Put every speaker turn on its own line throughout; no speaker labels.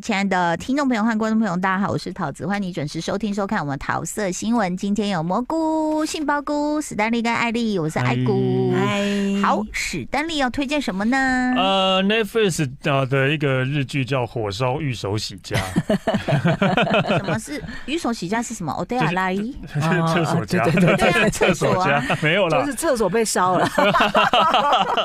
亲爱的听众朋友和观众朋友，大家好，我是桃子，欢迎你准时收听收看我们桃色新闻。今天有蘑菇、杏鲍菇、史丹利跟艾丽，我是艾菇。好，史丹利要推荐什么 呢？
呃，Netflix 呃的一个日剧叫《火烧玉手洗家》
什么是鱼手洗家是什么？哦，对啊， 拉伊，
就是厕所家，
啊对
对
对
对啊
厕所
厕所
家
啊
没有
就
啦
是，厕所被 烧了，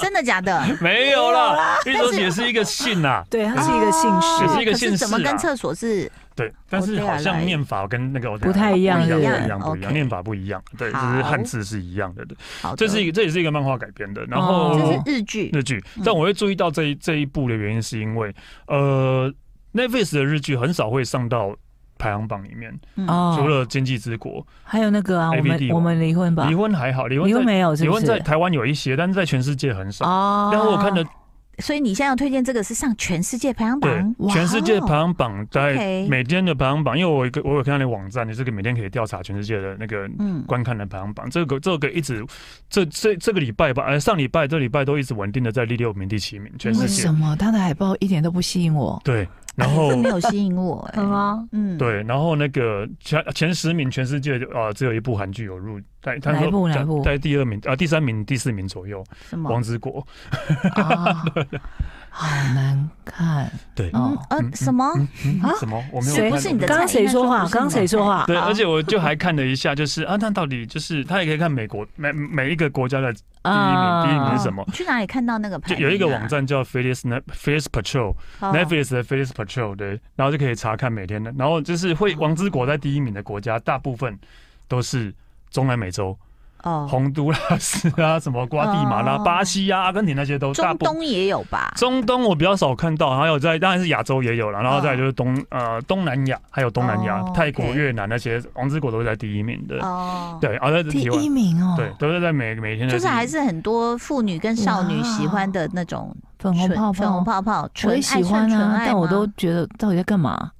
真的假的？
没有啦，玉手洗也是一个姓呐，
对，它是一个姓
也
氏
是，一个
哦可
姓
是
氏
怎么跟
啊。
厕所是？
对，但是好像念法跟那个
不太一样
不一样，
对
不一样，不一
，OK
样，念法不一样，对，只
好
是汉字是一样的。对
好的，
这是一个，这也是一个漫画改编的，然
这
后
是日剧，
日剧，但我会注意到这一这一部的原因是因为，呃，Netflix 的日剧很少会上到排行榜里面，
嗯，
除
哦，
了《经济之国
还有那个啊，我
ABD
们
吧
我们离婚》，吧
离，婚还好，离婚
离
在
婚没有是
离
不
婚在
是？
台湾有一些，但是在全世界很少。
哦
但我看的
所以你现在要推荐这个是上全世界排行
对
榜，哇哦
全世界排行榜，
哦
在
OK
每天的排行榜，因为我有一个我有看到那个网站，你这个每天可以调查全世界的那个
嗯
观看的排行榜。这个这个一直这这这个礼拜吧，呃上礼拜这礼拜都一直稳定的在第六名、第七名，全世
为
界
什。么他的海报一点都不吸引 我？
对，然后
这没有吸引我，哎
吗？
嗯，
对，然后那个前前十名，全世界就啊、只有一部韩剧有入，在他
哪一
说
部哪一
在
部
在第二名啊、第三名、第四名左右，
什
《
么？
王之国》
啊，好难看，
对
哦
嗯呃
嗯嗯
什么？
嗯
啊
什么？我没有
谁
看
不哎是你的
刚刚谁说话？刚刚谁说话？
对，
好
而且我就还看了一下，就是啊，那到底就是他也可以看美国每每一个国家的，第一
啊
名第一名是什么
哦你去哪里看到那个牌、啊
就有一个网、站叫 Phyllis Net- Phyllis Patrol，Netflix
哦
的 Phyllis Patrol 对，然后就可以查看每天的，然后就是会
哦
王之国在第一名的国家，大部分都是中南美洲，
哦，
洪都拉斯啊，什么瓜地马拉、
哦
巴西啊、阿根廷那些都大
中
部。
东也有吧？
中东我比较少看到，还有在当然是亚洲也有了，然后再来就是东、呃东南亚，还有东南亚、
哦
泰国、
OK
越南那些，王之国都是在第一名的，
哦，
对，而、啊、在
第
题外
一名哦，
对，都是在每每天的
就是
日
还是很多妇女跟少女喜欢的那种
粉红
纯
泡
粉红泡
泡，
泡，
我
纯
也
爱
喜
算
欢
纯
啊
爱，
但我
吗
都觉得到底在干嘛？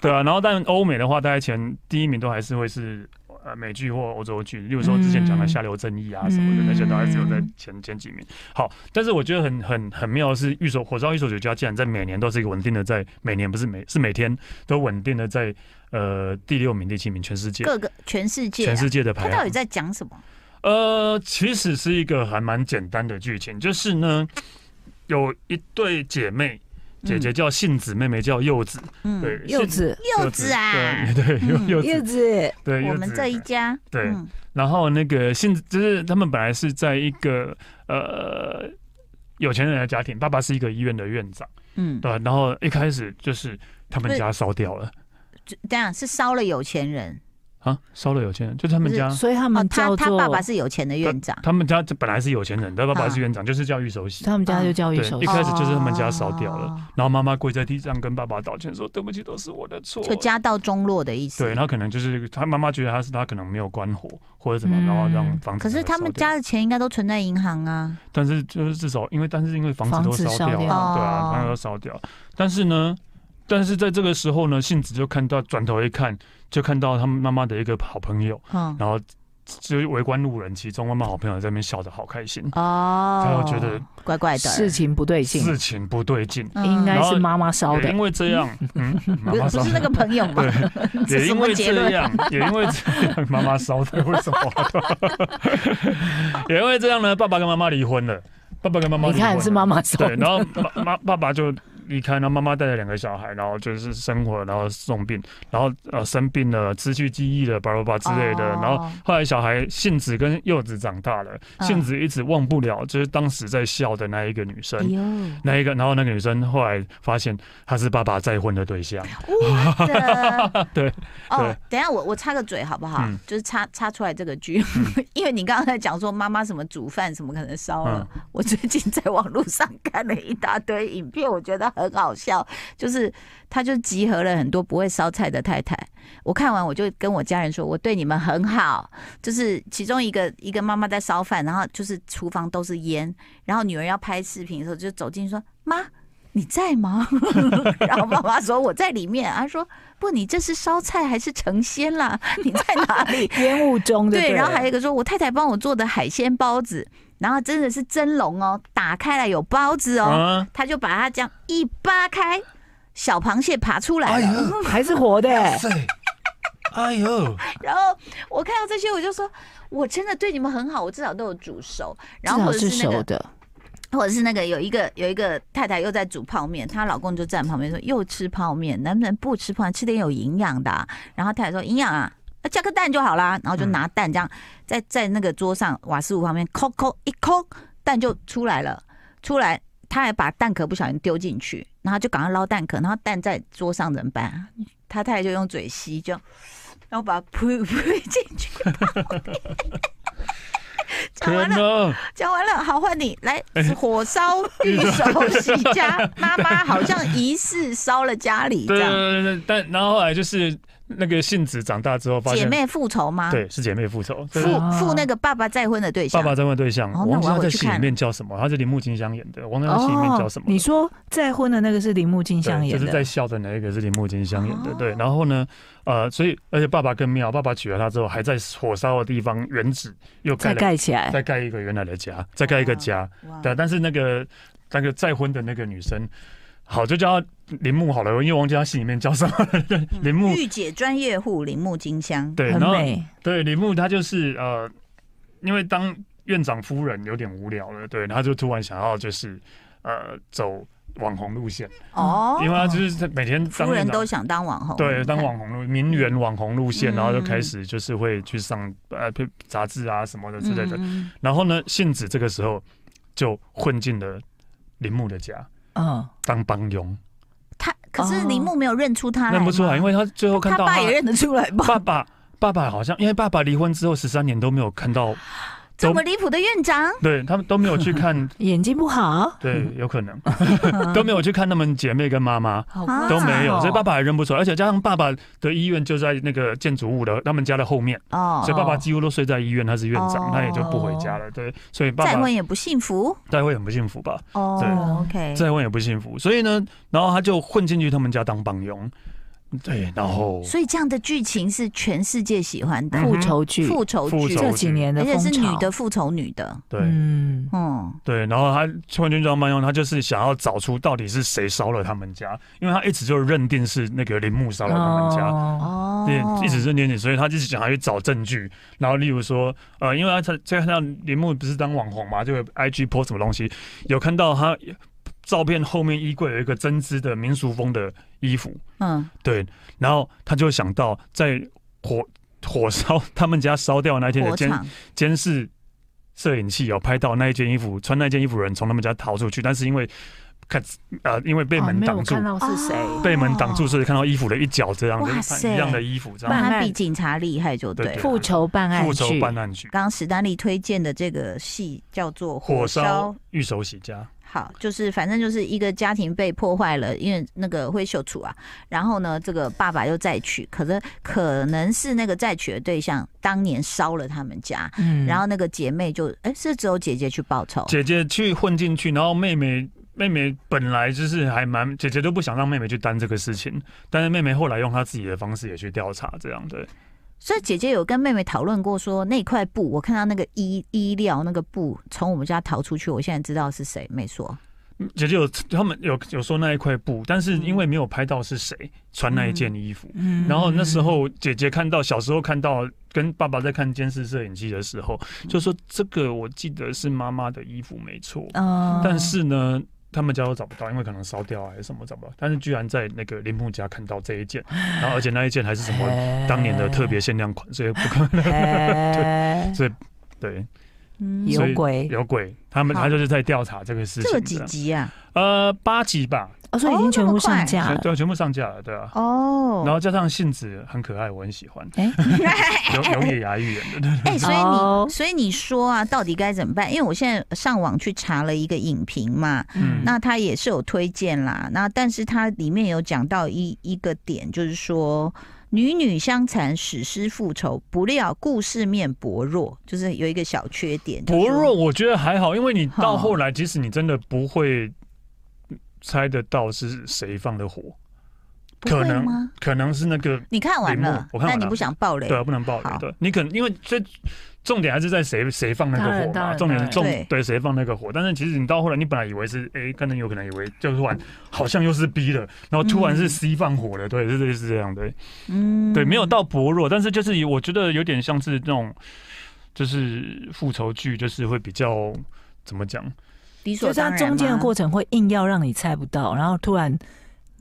对啊，然后但欧美的话，大概前第一名都还是会是呃美剧或欧洲剧，例如说之前讲的《下流正义》啊什么的、
嗯
那些，都还是有在前前几名。好，但是我觉得很很很妙的是，预手火烧预手酒家竟然在每年都是一个稳定的在，每年不是每是每天都稳定的在呃第六名、第七名，全世界
各个全世界、啊，
全世界的排
他
行。
到底在讲什么？
呃，其实是一个还蛮简单的剧情，就是呢，有一对姐妹，姐姐叫杏子，妹妹叫柚子，
嗯
对，
柚子，
柚子啊，
对对，柚
嗯
柚
叶
子，
子，
对，柚
我
子
们这一家，
对
嗯
然后那个杏子，就是他们本来是在一个呃有钱人的家庭，爸爸是一个医院的院长，
嗯，
对吧，然后一开始就是他们家烧掉了
这这样是烧了有钱人
啊，烧了有钱人，就是他们家。
所以他
哦
们，
他
叫
他
做
爸爸是有钱的院长，
他们家本来是有钱人，他爸爸
啊
是院长，就是叫玉手洗。
他们家就教育
对
手，
一开始就是他们家烧掉了，
哦
然后妈妈跪在地上跟爸爸道歉说：“对不起，都是我的错。”
就家道中落的意思。
对，然后可能就是他妈妈觉得他是他可能没有关火或者怎么，然后让
嗯
房子。
可是他们家，的钱应该都存在银行啊。
但是就是至少因为，但是因为房
房
子都
子
烧
烧
掉了，
掉
对啊，
哦
房子都烧掉。但是呢，但是在这个时候呢，杏子就看到转头一看，就看到他们妈妈的一个好朋友，
嗯，
然后就是围观路人，其中妈妈好朋友在那边笑得好开心，他
哦
又觉得
怪怪的
事情不对劲，
事情不对劲，
嗯
应该
然后
是妈妈烧
也
的
因。为这样，嗯，妈
不是
妈烧
不是那
的
个朋友吗？ 这
也
什
因
么
为
结
这
论？
样，也因为这样， 妈妈烧的，为什么？ 也因为这样呢，爸爸跟妈妈离婚了。爸爸跟妈妈
你
离婚了，
看是妈妈 烧
对，
的，
然后妈妈爸爸就离开，然后妈妈带着两个小孩，然后就是生活，然后送病，然后呃生病了，失去记忆了，巴拉巴拉之类的。
哦
然后后来小孩杏子跟柚子长大了，
嗯
杏子一直忘不了就是当时在笑的那一个女生
哎。呦，
那一个，然后那个女生后来发现她是爸爸再婚的对象，
哎 我的
对
哦
对，
等一下我我插个嘴好不好
嗯？
就是插插出来这个剧， 因为你刚刚在讲说妈妈什么煮饭什么可能烧了，
嗯
我最近在网络上看了一大堆影片，我觉得很好笑，就是他就集合了很多不会烧菜的太太，我看完我就跟我家人说，我对你们很好，就是其中一个一个妈妈在烧饭，然后就是厨房都是烟，然后女儿要拍视频的时候就走进去说：“妈，你在吗？” 然后妈妈说：“我在里面。”她说：“不，你这是烧菜还是成仙啦？你在哪里
烟雾中？”的。
对，然后还有一个说：“我太太帮我做的海鲜包子，然后真的是蒸笼哦，打开来有包子哦。
啊，
他就把它这样一扒开，小螃蟹爬出来
哎
了。
呦，
还是活 的、欸，
塞，哎呦，
然后我看到这些，我就说，我真的对你们很好，我至少都有煮熟，然后或者
至少
是那
熟
个，
的，
或者是那个有一个有一个太太又在煮泡面，她老公就站旁边说，又吃泡面，能不能不吃泡面，吃点有营养的、啊？然后太太说，营养啊。啊加个蛋就好啦，然后就拿蛋这样在在那个桌上瓦斯炉旁边抠抠一抠，蛋就出来了。出来，他还把蛋壳不小心丢进去，然后就赶快捞蛋壳，然后蛋在桌上怎么办啊？他太太就用嘴吸，就然后把它噗噗进去。 讲完
天
了，
哪！
讲完了，好换你来
哎
火烧玉手洗 家，妈妈好像疑似烧了家里这
对对
样，
对对，但然后后来就是那个杏子长大之后发
姐
现，
妹复仇吗？，
啊对，是姐妹复仇，
复
这是
复那个爸爸再婚的对象
爸。爸在问对象，
哦
我忘记
那我要
他在
回去
戏里
看
面叫什么，他是铃木金香演的，我忘记他戏里面叫什么了。
哦你说再婚的那个是铃木金香
对，
演
就是在
的，
笑的那一个是铃木金香演的，
哦
对。然后呢，呃，所以而且爸爸更妙，爸爸娶了她之后，还在火烧的地方原址又盖
再
了，
盖起来，
再盖一个原来的家，再盖一个家。
哇
对，但是那个那个再婚的那个女生，好就叫她铃木好了，因为忘记她戏里面叫什么了。 对铃木
御姐专业户铃木金香，
对，
很
然后
美，
对铃木她就是呃，因为当院长夫人有点无聊了，对，她就突然想要就是呃走网红路线，
哦，
因为她就是每天当
夫
院
人
长
都想当网红，
对，当网红路名媛网红路线，
嗯
然后就开始就是会去上呃譬如杂志啊什么的之类的。
嗯
然后呢，杏子这个时候就混进了铃木的家
嗯，，
当帮佣，
他可是铃木没有认出他来吗，
认不出啊来，因为他最后看
他
到
爸也认得出来 吧？
爸爸爸爸好像因为爸爸离婚之后十三年都没有看到，
这么离谱的院长，
对他们都没有 去看
眼睛不好，
对，有可能都没有去看他们姐妹跟妈妈。
好
啊
都没有，
哦
所以爸爸还认不出来，而且加上爸爸的医院就在那个建筑物的他们家的后面，
哦
所以爸爸几乎都睡在医院，他是院长，
哦
他也就不回家了。对，所以爸
再
爸
婚也不幸福
再婚也不幸福吧？
哦。OK，
再婚也不幸福，所以呢，然后他就混进去他们家当帮佣，对，然后
所以这样的剧情是全世界喜欢的
嗯
复仇剧，
复仇
复
剧
仇，
这几年的
而且
风
是
潮，
女的复仇女的，
对、
嗯，
嗯，
对，然后他混进去当帮佣，他就是想要找出到底是谁烧了他们家，因为他一直就认定是那个铃木烧了他们家。
哦，
哦
对，一直认定你，所以他就是想要去找证据。然后，例如说，呃，因为他才这看到铃木不是当网红嘛，就会 IG post 什么东西，有看到他照片后面衣柜有一个针织的民俗风的衣服，
嗯，
对，然后他就想到在火火烧他们家烧掉那天的
火
监
场
监视摄影器有拍到那一件衣服，穿那件衣服的人从他们家逃出去，但是因为看呃，因为被
哦
门
没有
挡住
看。到是谁，
哦
被门挡住，所以看到衣服的一角这样
哇
子，
塞
一样的衣服这样
办
那
案
他比警察厉害就对
对
了。
复仇办案
复仇
剧，
办案剧，
刚刚史丹利推荐的这个戏叫做《
火
火烧
烧哦玉手洗家，
好，就是反正就是一个家庭被破坏了，因为那个会秀处啊，然后呢，这个爸爸又再娶，可是可能是那个再娶的对象当年烧了他们家，
嗯
然后那个姐妹就哎、是只有姐姐去报仇，
姐姐去混进去，然后妹妹。妹妹本来就是还蛮，姐姐都不想让妹妹去担这个事情，但是妹妹后来用她自己的方式也去调查，这样对，
所以姐姐有跟妹妹讨论过说那块布，我看到那个衣衣料那个布从我们家逃出去，我现在知道是谁，没错，
姐姐有他们有有说那一块布，但是因为没有拍到是谁穿那一件衣服，
嗯
然后那时候姐姐看到小时候看到跟爸爸在看监视摄影机的时候，就说这个我记得是妈妈的衣服没错，
哦
嗯，
但是呢，他们家都找不到，因为可能烧掉啊还是什么找不到。但是居然在那个铃木家看到这 一件，然后而且那一件还是什
哎
么当年的特别限量款，所以不可 能。
哎
所以对，
嗯
有鬼
有鬼，他们
好
他就是在调查这个事
这有
情。
几
这样
集啊？
呃，八集吧，
哦，所以已经全部上架
全
了。
对，全部上架了，对啊。
哦
然后加上杏子很可爱，我很喜 欢，
哎，
有有野牙预言的，对
哎、所以你、
哦
所以你说啊，到底该怎么办？因为我现在上网去查了一个影评嘛，
嗯
那它也是有推荐啦。那但是它里面有讲到一一个点，就是说女女相残，史诗复仇，不料故事面薄弱，就是有一个小缺点。就是
薄弱，我觉得还好，因为你到
好
后来，即使你真的不会猜得到是谁放的火，
不
可
会
能
吗？
可能是那个
你看完
铃木
了，
我
但
看完
你
了
不想爆雷
对、啊，不能暴
好
雷。对，你可能因为最重点还是在谁谁放那
当然
个火
当
嘛，
然
重点是
当
然
重对谁放那个火。但是其实你到后来，你本来以为是 A，可能有可能以为就突然好像又是 B 了，然后突然是
嗯
C 放火了，对，是类似这样对
嗯，
对，没有到薄弱，但是就是我觉得有点像是那种就是复仇剧，就是会比较怎么讲，
理
就
所
是
当
它
然
中间的
吗
过程会硬要让你猜不到，然后突然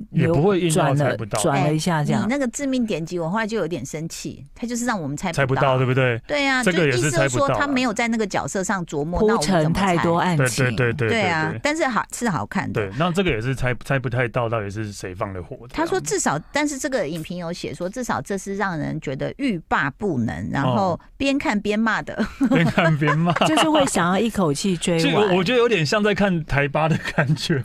也不会硬要
转了
猜不到，
转了一下这
你
样，
那个致命点击，我后来就有点生气，他就是让我们猜
猜不到，对不对？
对啊，
这个
就
也
意
是
思
猜
是
不
说
到
他
啊
没有在那个角色上琢磨，那
铺
我们怎
陈
么
太
猜
多哎案
对
情
对，对对
对啊
对，
但是好是好看的。
对，那这个也是猜猜不太到到底是谁放的火。这
他
样
说至少，但是这个影评有写说，至少这是让人觉得欲罢不能，然
哦
后边看边骂的。
边看边骂。
就是会想要一口气追
这
完。
个我觉得有点像在看台巴的感觉，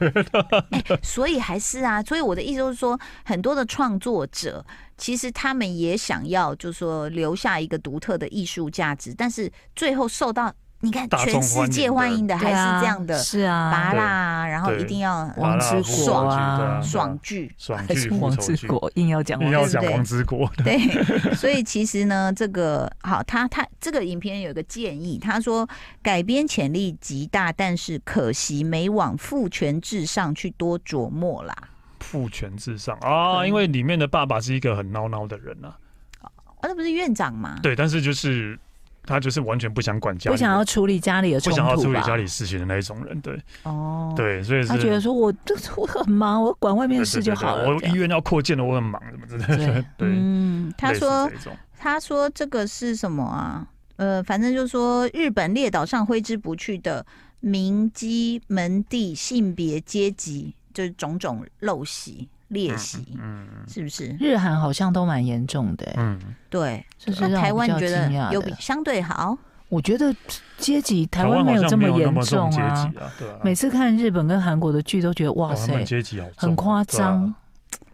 所以还是啊，所以我的意思就是说，很多的创作者其实他们也想要，就是说留下一个独特的艺术价值，但是最后受到你看
大众
全世界欢迎的 还
对啊
是这样的
是
拔
嗯
啊，
啦，然后
对
一定要
王之
麻辣
国
爽
啊
剧对啊
爽 剧，
爽
还
剧
是
复
王
仇
之
剧，
国硬要讲
硬
王
要
对
讲
不对
王之国，
对，所以其实呢，这个好，他他这个影评人有个建议，他说改编潜力极大，但是可惜没往父权至上去多琢磨啦。
父权至上啊，
嗯
因为里面的爸爸是一个很孬孬的人啊，
啊，那不是院长吗？
对，但是就是他就是完全不想管家里
不
的，
想要处理家里的
不
冲
想要
突
处理
吧？
家里事情的那一种人，对
哦，
对，所以是
他觉得说我这我很忙，我管外面
对
的
对
事
对
就好了。
对我
这
医
样
院要扩建了，我很忙，什么之类
对
的，对，
嗯，他
类似
说
这种
他说这个是什么啊？呃，反正就说日本列岛上挥之不去的民基门第性别阶级，就是种种陋习劣习，
嗯
是不是？
日韩好像都蛮严重的、欸，
嗯，
对，
就是
那
让
台
我
湾
比
你
较
觉
惊
得
讶
有比
的。
相对好？
我觉得阶级台
台湾
湾没
好
有
像
这
没
么
有那
严
么
重
重阶
啊
级。啊，对啊，
每次看日本跟韩国的剧都觉得哇
哦他们
塞，
阶级好重啊
很夸张，。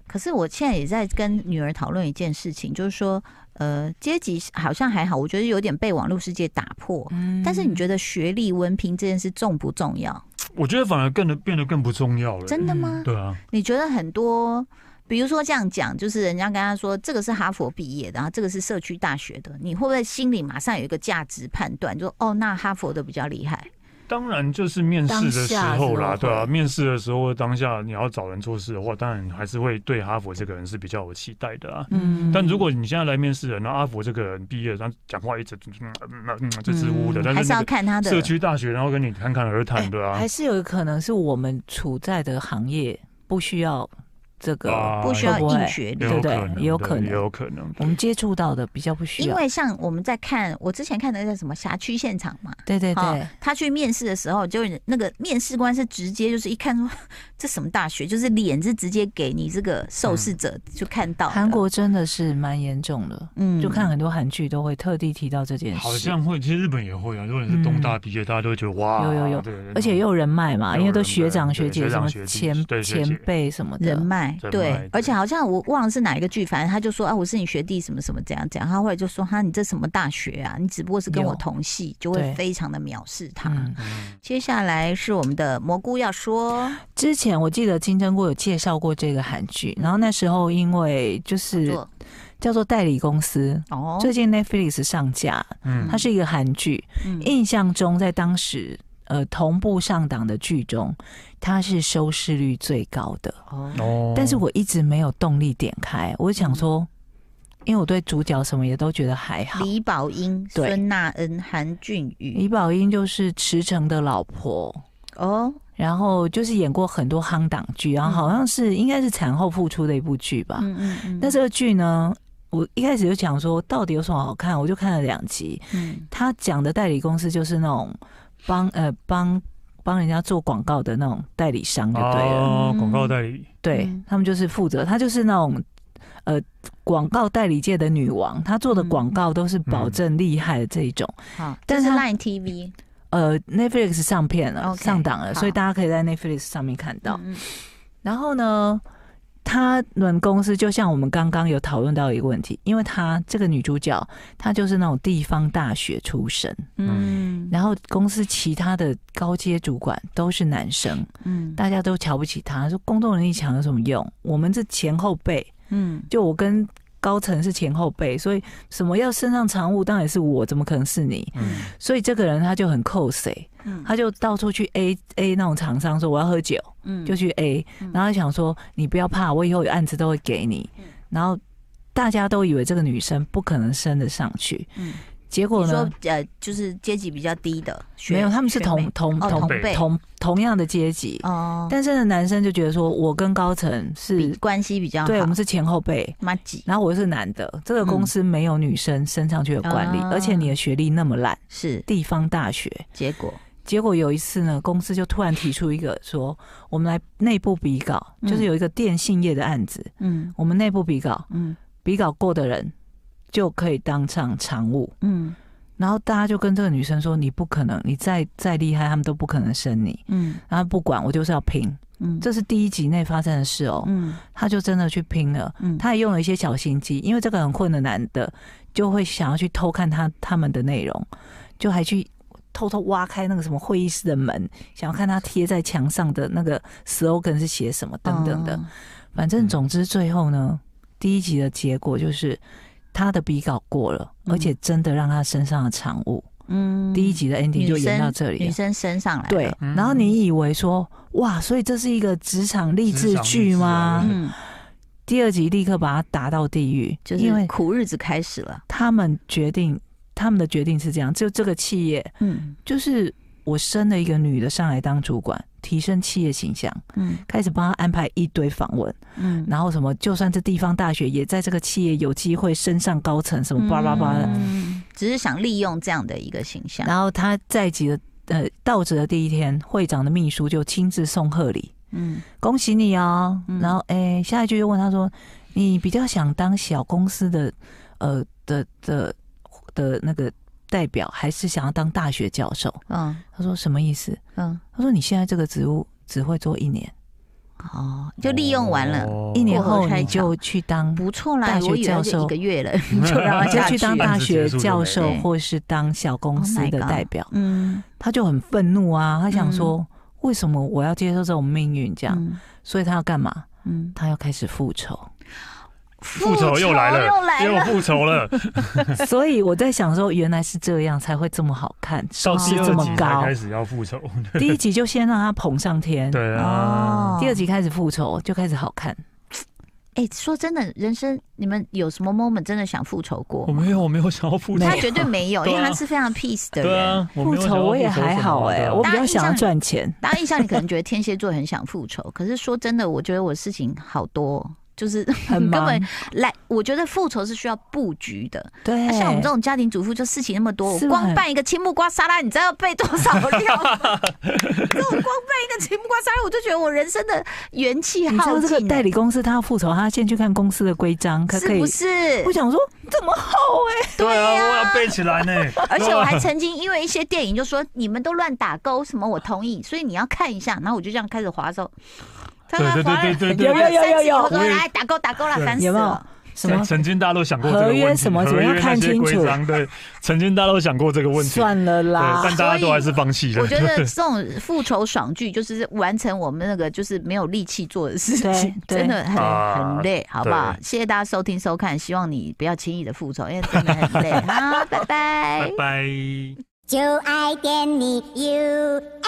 可是我现在也在跟女儿讨论一件事情，就是说，呃，阶级好像还好，我觉得有点被网络世界打破。
嗯
但是你觉得学历、文凭这件事重不重要？
对啊我觉得反而更得变得更不重要了，
真的吗？
对啊，
你觉得很多，比如说这样讲，就是人家跟他说这个是哈佛毕业的，然后这个是社区大学的，你会不会心里马上有一个价值判断，就说哦，那哈佛的比较厉害？
当然，就是面试的时候啦，
当下的时候
对啊，面试的时候当下你要找人做事的话，当然你还是会对哈佛这个人是比较有期待的啊。
嗯
但如果你现在来面试人，然后阿佛这个人毕业，他讲话一直嗯嗯嗯嗯支支吾吾的，
嗯
但
还
是
是要
那个
看他的
社区大学，然后跟你侃侃而谈的啊
还，是有可能是我们处在的行业不需要这个，
啊
不需要
会不会
硬学历
也有
对不
可
对
能，
也有
对
可能
也有可能。
我们接触
啊
到的比较不需
嗯因
要。
为像我们在看，我之前看的那个什么辖区现场嘛，
对对
哦
对，
他去面试的时候，就是那个面试官是直接就是一看说 这什么大学，就是脸是直接给你这个受试者就看到的
韩，国真的是蛮严重的，
嗯
就看很多韩剧都会特地提到这件事。
好像会，其实日本也会啊。如果你是东大毕业，大家都会觉得哇，
有有有
对，对
而且也有人脉
有
嘛，
人
因为都学
脉
长
对
学姐
学
什
长
么
学弟
前
对学姐
前辈什么的
人脉
人脉
对
对，
而且好像我忘了是哪一个剧，反正他就说啊，我是你学弟什么什么怎样怎样，他后来就说哈，你这什么大学啊，你只不过是跟
有
我同系，就会
对
非常的藐视他。
嗯，
嗯
接下来是我们的蘑菇要说，
之前我记得金针菇有介绍过这个韩剧，然后那时候因为就是
做
叫做代理公司，
哦，
最近 Netflix 上架，
嗯
它是一个韩剧，
嗯
印象中在当时呃同步上档的剧中，它是收视率最高的，
哦，
哦
但是我一直没有动力点开，我想
嗯
说，因为我对主角什么也都觉得还好。
李宝英、
哦对
孙娜恩、韩俊宇
李宝英就是池诚的老婆，
哦，
然后就是演过很多夯档剧，然后好像是应该是产后复出的一部剧吧。
嗯嗯嗯
那这个剧呢，我一开始就讲说到底有什么好看，我就看了两集。
嗯
他讲的代理公司就是那种帮呃帮帮人家做广告的那种代理商就对了，
哦，
嗯
广告代理，
对
嗯
他们就是负责，他就是那种。呃，广告代理界的女王，她做的
嗯
广告都是保证厉害的这一种。
好，
但
这是
是他
Line TV
呃，Netflix 上片了
OK，
上档了，
好
哦所以大家可以在 Netflix 上面看到。
嗯
然后呢，他们公司就像我们刚刚有讨论到一个问题，因为她这个女主角，她就是那种地方大学出身，
嗯
然后公司其他的高阶主管都是男生，
嗯
大家都瞧不起他，说工作能力强有什么用？我们这前后辈，
嗯
就我跟高层是前后辈，所以什么要身上常务，当然是我，怎么可能是你？
嗯
所以这个人他就很扣谁，
嗯
他就到处去 A A 那种厂商说我要喝酒，
嗯
就去 A，
嗯
然后想说你不要怕，我以后有案子都会给你
嗯。
然后大家都以为这个女生不可能升得上去，
嗯，
结果
你
呢
说？呃，就是阶级比较低的学，
没有，他们是
学
同
妹
同
哦
同
同辈
同同样的阶级，
哦，
但是呢，男生就觉得说我跟高层
比
是
关系比较好，嗯
对我们是前后辈，
妈几
然后我是男的，这个公司没有女生升上去的管理，
啊
而且你的学历那么烂，
是
地方大学。
结果，
结果有一次呢，公司就突然提出一个说，我们来内部比稿，
嗯
就是有一个电信业的案子，
嗯
我们内部比稿，
嗯
比稿过的人就可以当上常务。
嗯
然后大家就跟这个女生说，你不可能，你再再厉害，他们都不可能升你。
嗯
然后不管，我就是要拼。
嗯
这是第一集内发生的事哦，
嗯
他就真的去拼了。
嗯
他也用了一些小心机，因为这个很混的男的就会想要去偷看他他们的内容，就还去偷偷挖开那个什么会议室的门，想要看他贴在墙上的那个 slogan 是写什么等等的。
哦
反正总之最后呢，第一集的结果就是他的笔稿过了，
嗯
而且真的让他身上的产物。
嗯
第一集的 ending 就演到这里
女
了。
生升上来了
对，
嗯
然后你以为说哇，所以这是一个职场励志
职场励
剧
志啊
吗？
对
嗯，
第二集立刻把他打到地狱，
就
因
是
为
苦日子开始了，
他们决定，他们的决定是这样：就这个企业，
嗯
就是我升了一个女的上来当主管，提升企业形象，
嗯
开始帮她安排一堆访问，
嗯，
然后什么，就算是地方大学，也在这个企业有机会升上高层，什
嗯
么巴拉巴拉的。
嗯，只是想利用这样的一个形象，
然后他在职的呃到职的第一天，会长的秘书就亲自送贺礼，
嗯
恭喜你哦。
嗯
然后哎、下一句就问他说：“你比较想当小公司的呃的的的那个代表，还是想要当大学教授
嗯？”
他说：“什么意思
嗯，？”
他说：“你现在这个职务只会做一年，
哦，就利用完了。
哦
一年
过
后
河拆
你
桥
就去当。”
不错啦
大，学
我以为
教
就一
授
个月了， 就让 他
就
下
去当大学教
办事结束就
授
没了，
或是当小公司
Oh my
的
God
代表，
嗯，
他就很愤怒啊！他想说，为什么我要接受这种命运？这样，
嗯
所以他要干嘛？
嗯，
他要开始复仇。
复仇又来了，
又来
给我
了，
复 仇了，
所以我在想说，原来是这样才会这么好看，收
到
视
第
这
二
么
集才
高。
开始要复仇，
哦
第一集就先让他捧上天，
对
哦
啊，
第二集开始复仇就开始好看。
哎、说真的，人生你们有什么 moment 真的想复仇过
我？没有，我没有想要复仇
他，绝对没有，因
对啊
为他是非常 peace 的
对
人。
啊，我没
复
有想要
仇我也还好哎、
什么的
我比较想要赚钱。
大家印象里可能觉得天蝎座很想复仇，可是说真的，我觉得我事情好多，就是
很
根
忙
本来，我觉得复仇是需要布局的。
对，
那啊像我们这种家庭主妇，就事情那么多，我
是
光
很
拌一个青木瓜沙拉，你知道要备多少料吗？ 你知道我光拌一个青木瓜沙拉，我就觉得我人生的元气
你知
耗
道这个
尽
代
了，
理公司他要复仇，他先去看公司的规章，可可
是
以
不？是
我？想说这么厚哎、
对啊，
对啊
我要背起来呢，啊
而且我还曾经因为一些电影就说你们都乱打勾，什么我同意，所以你要看一下，然后我就这样开始划手，他
对对
划了
对对对
有有有有有
我说
我也
哎来打勾打勾了，
对
烦死
有没有
了。
什么
曾经大家都想过这个
合
问
约
题，
什么什么
合约
要看
那些
清
规
楚
章对，曾经大家都想过这个问题，
算了
对，
啦
但，大家都还是放弃了
我。觉得这种复仇爽剧就是完成我们那个就是没有力气做的事情，
对对
真的很、
啊
很累，好不好？
对
谢谢大家收听收看，希望你不要轻易的复仇，因为真的很累。好，拜拜
拜拜。
就爱点你 UFO。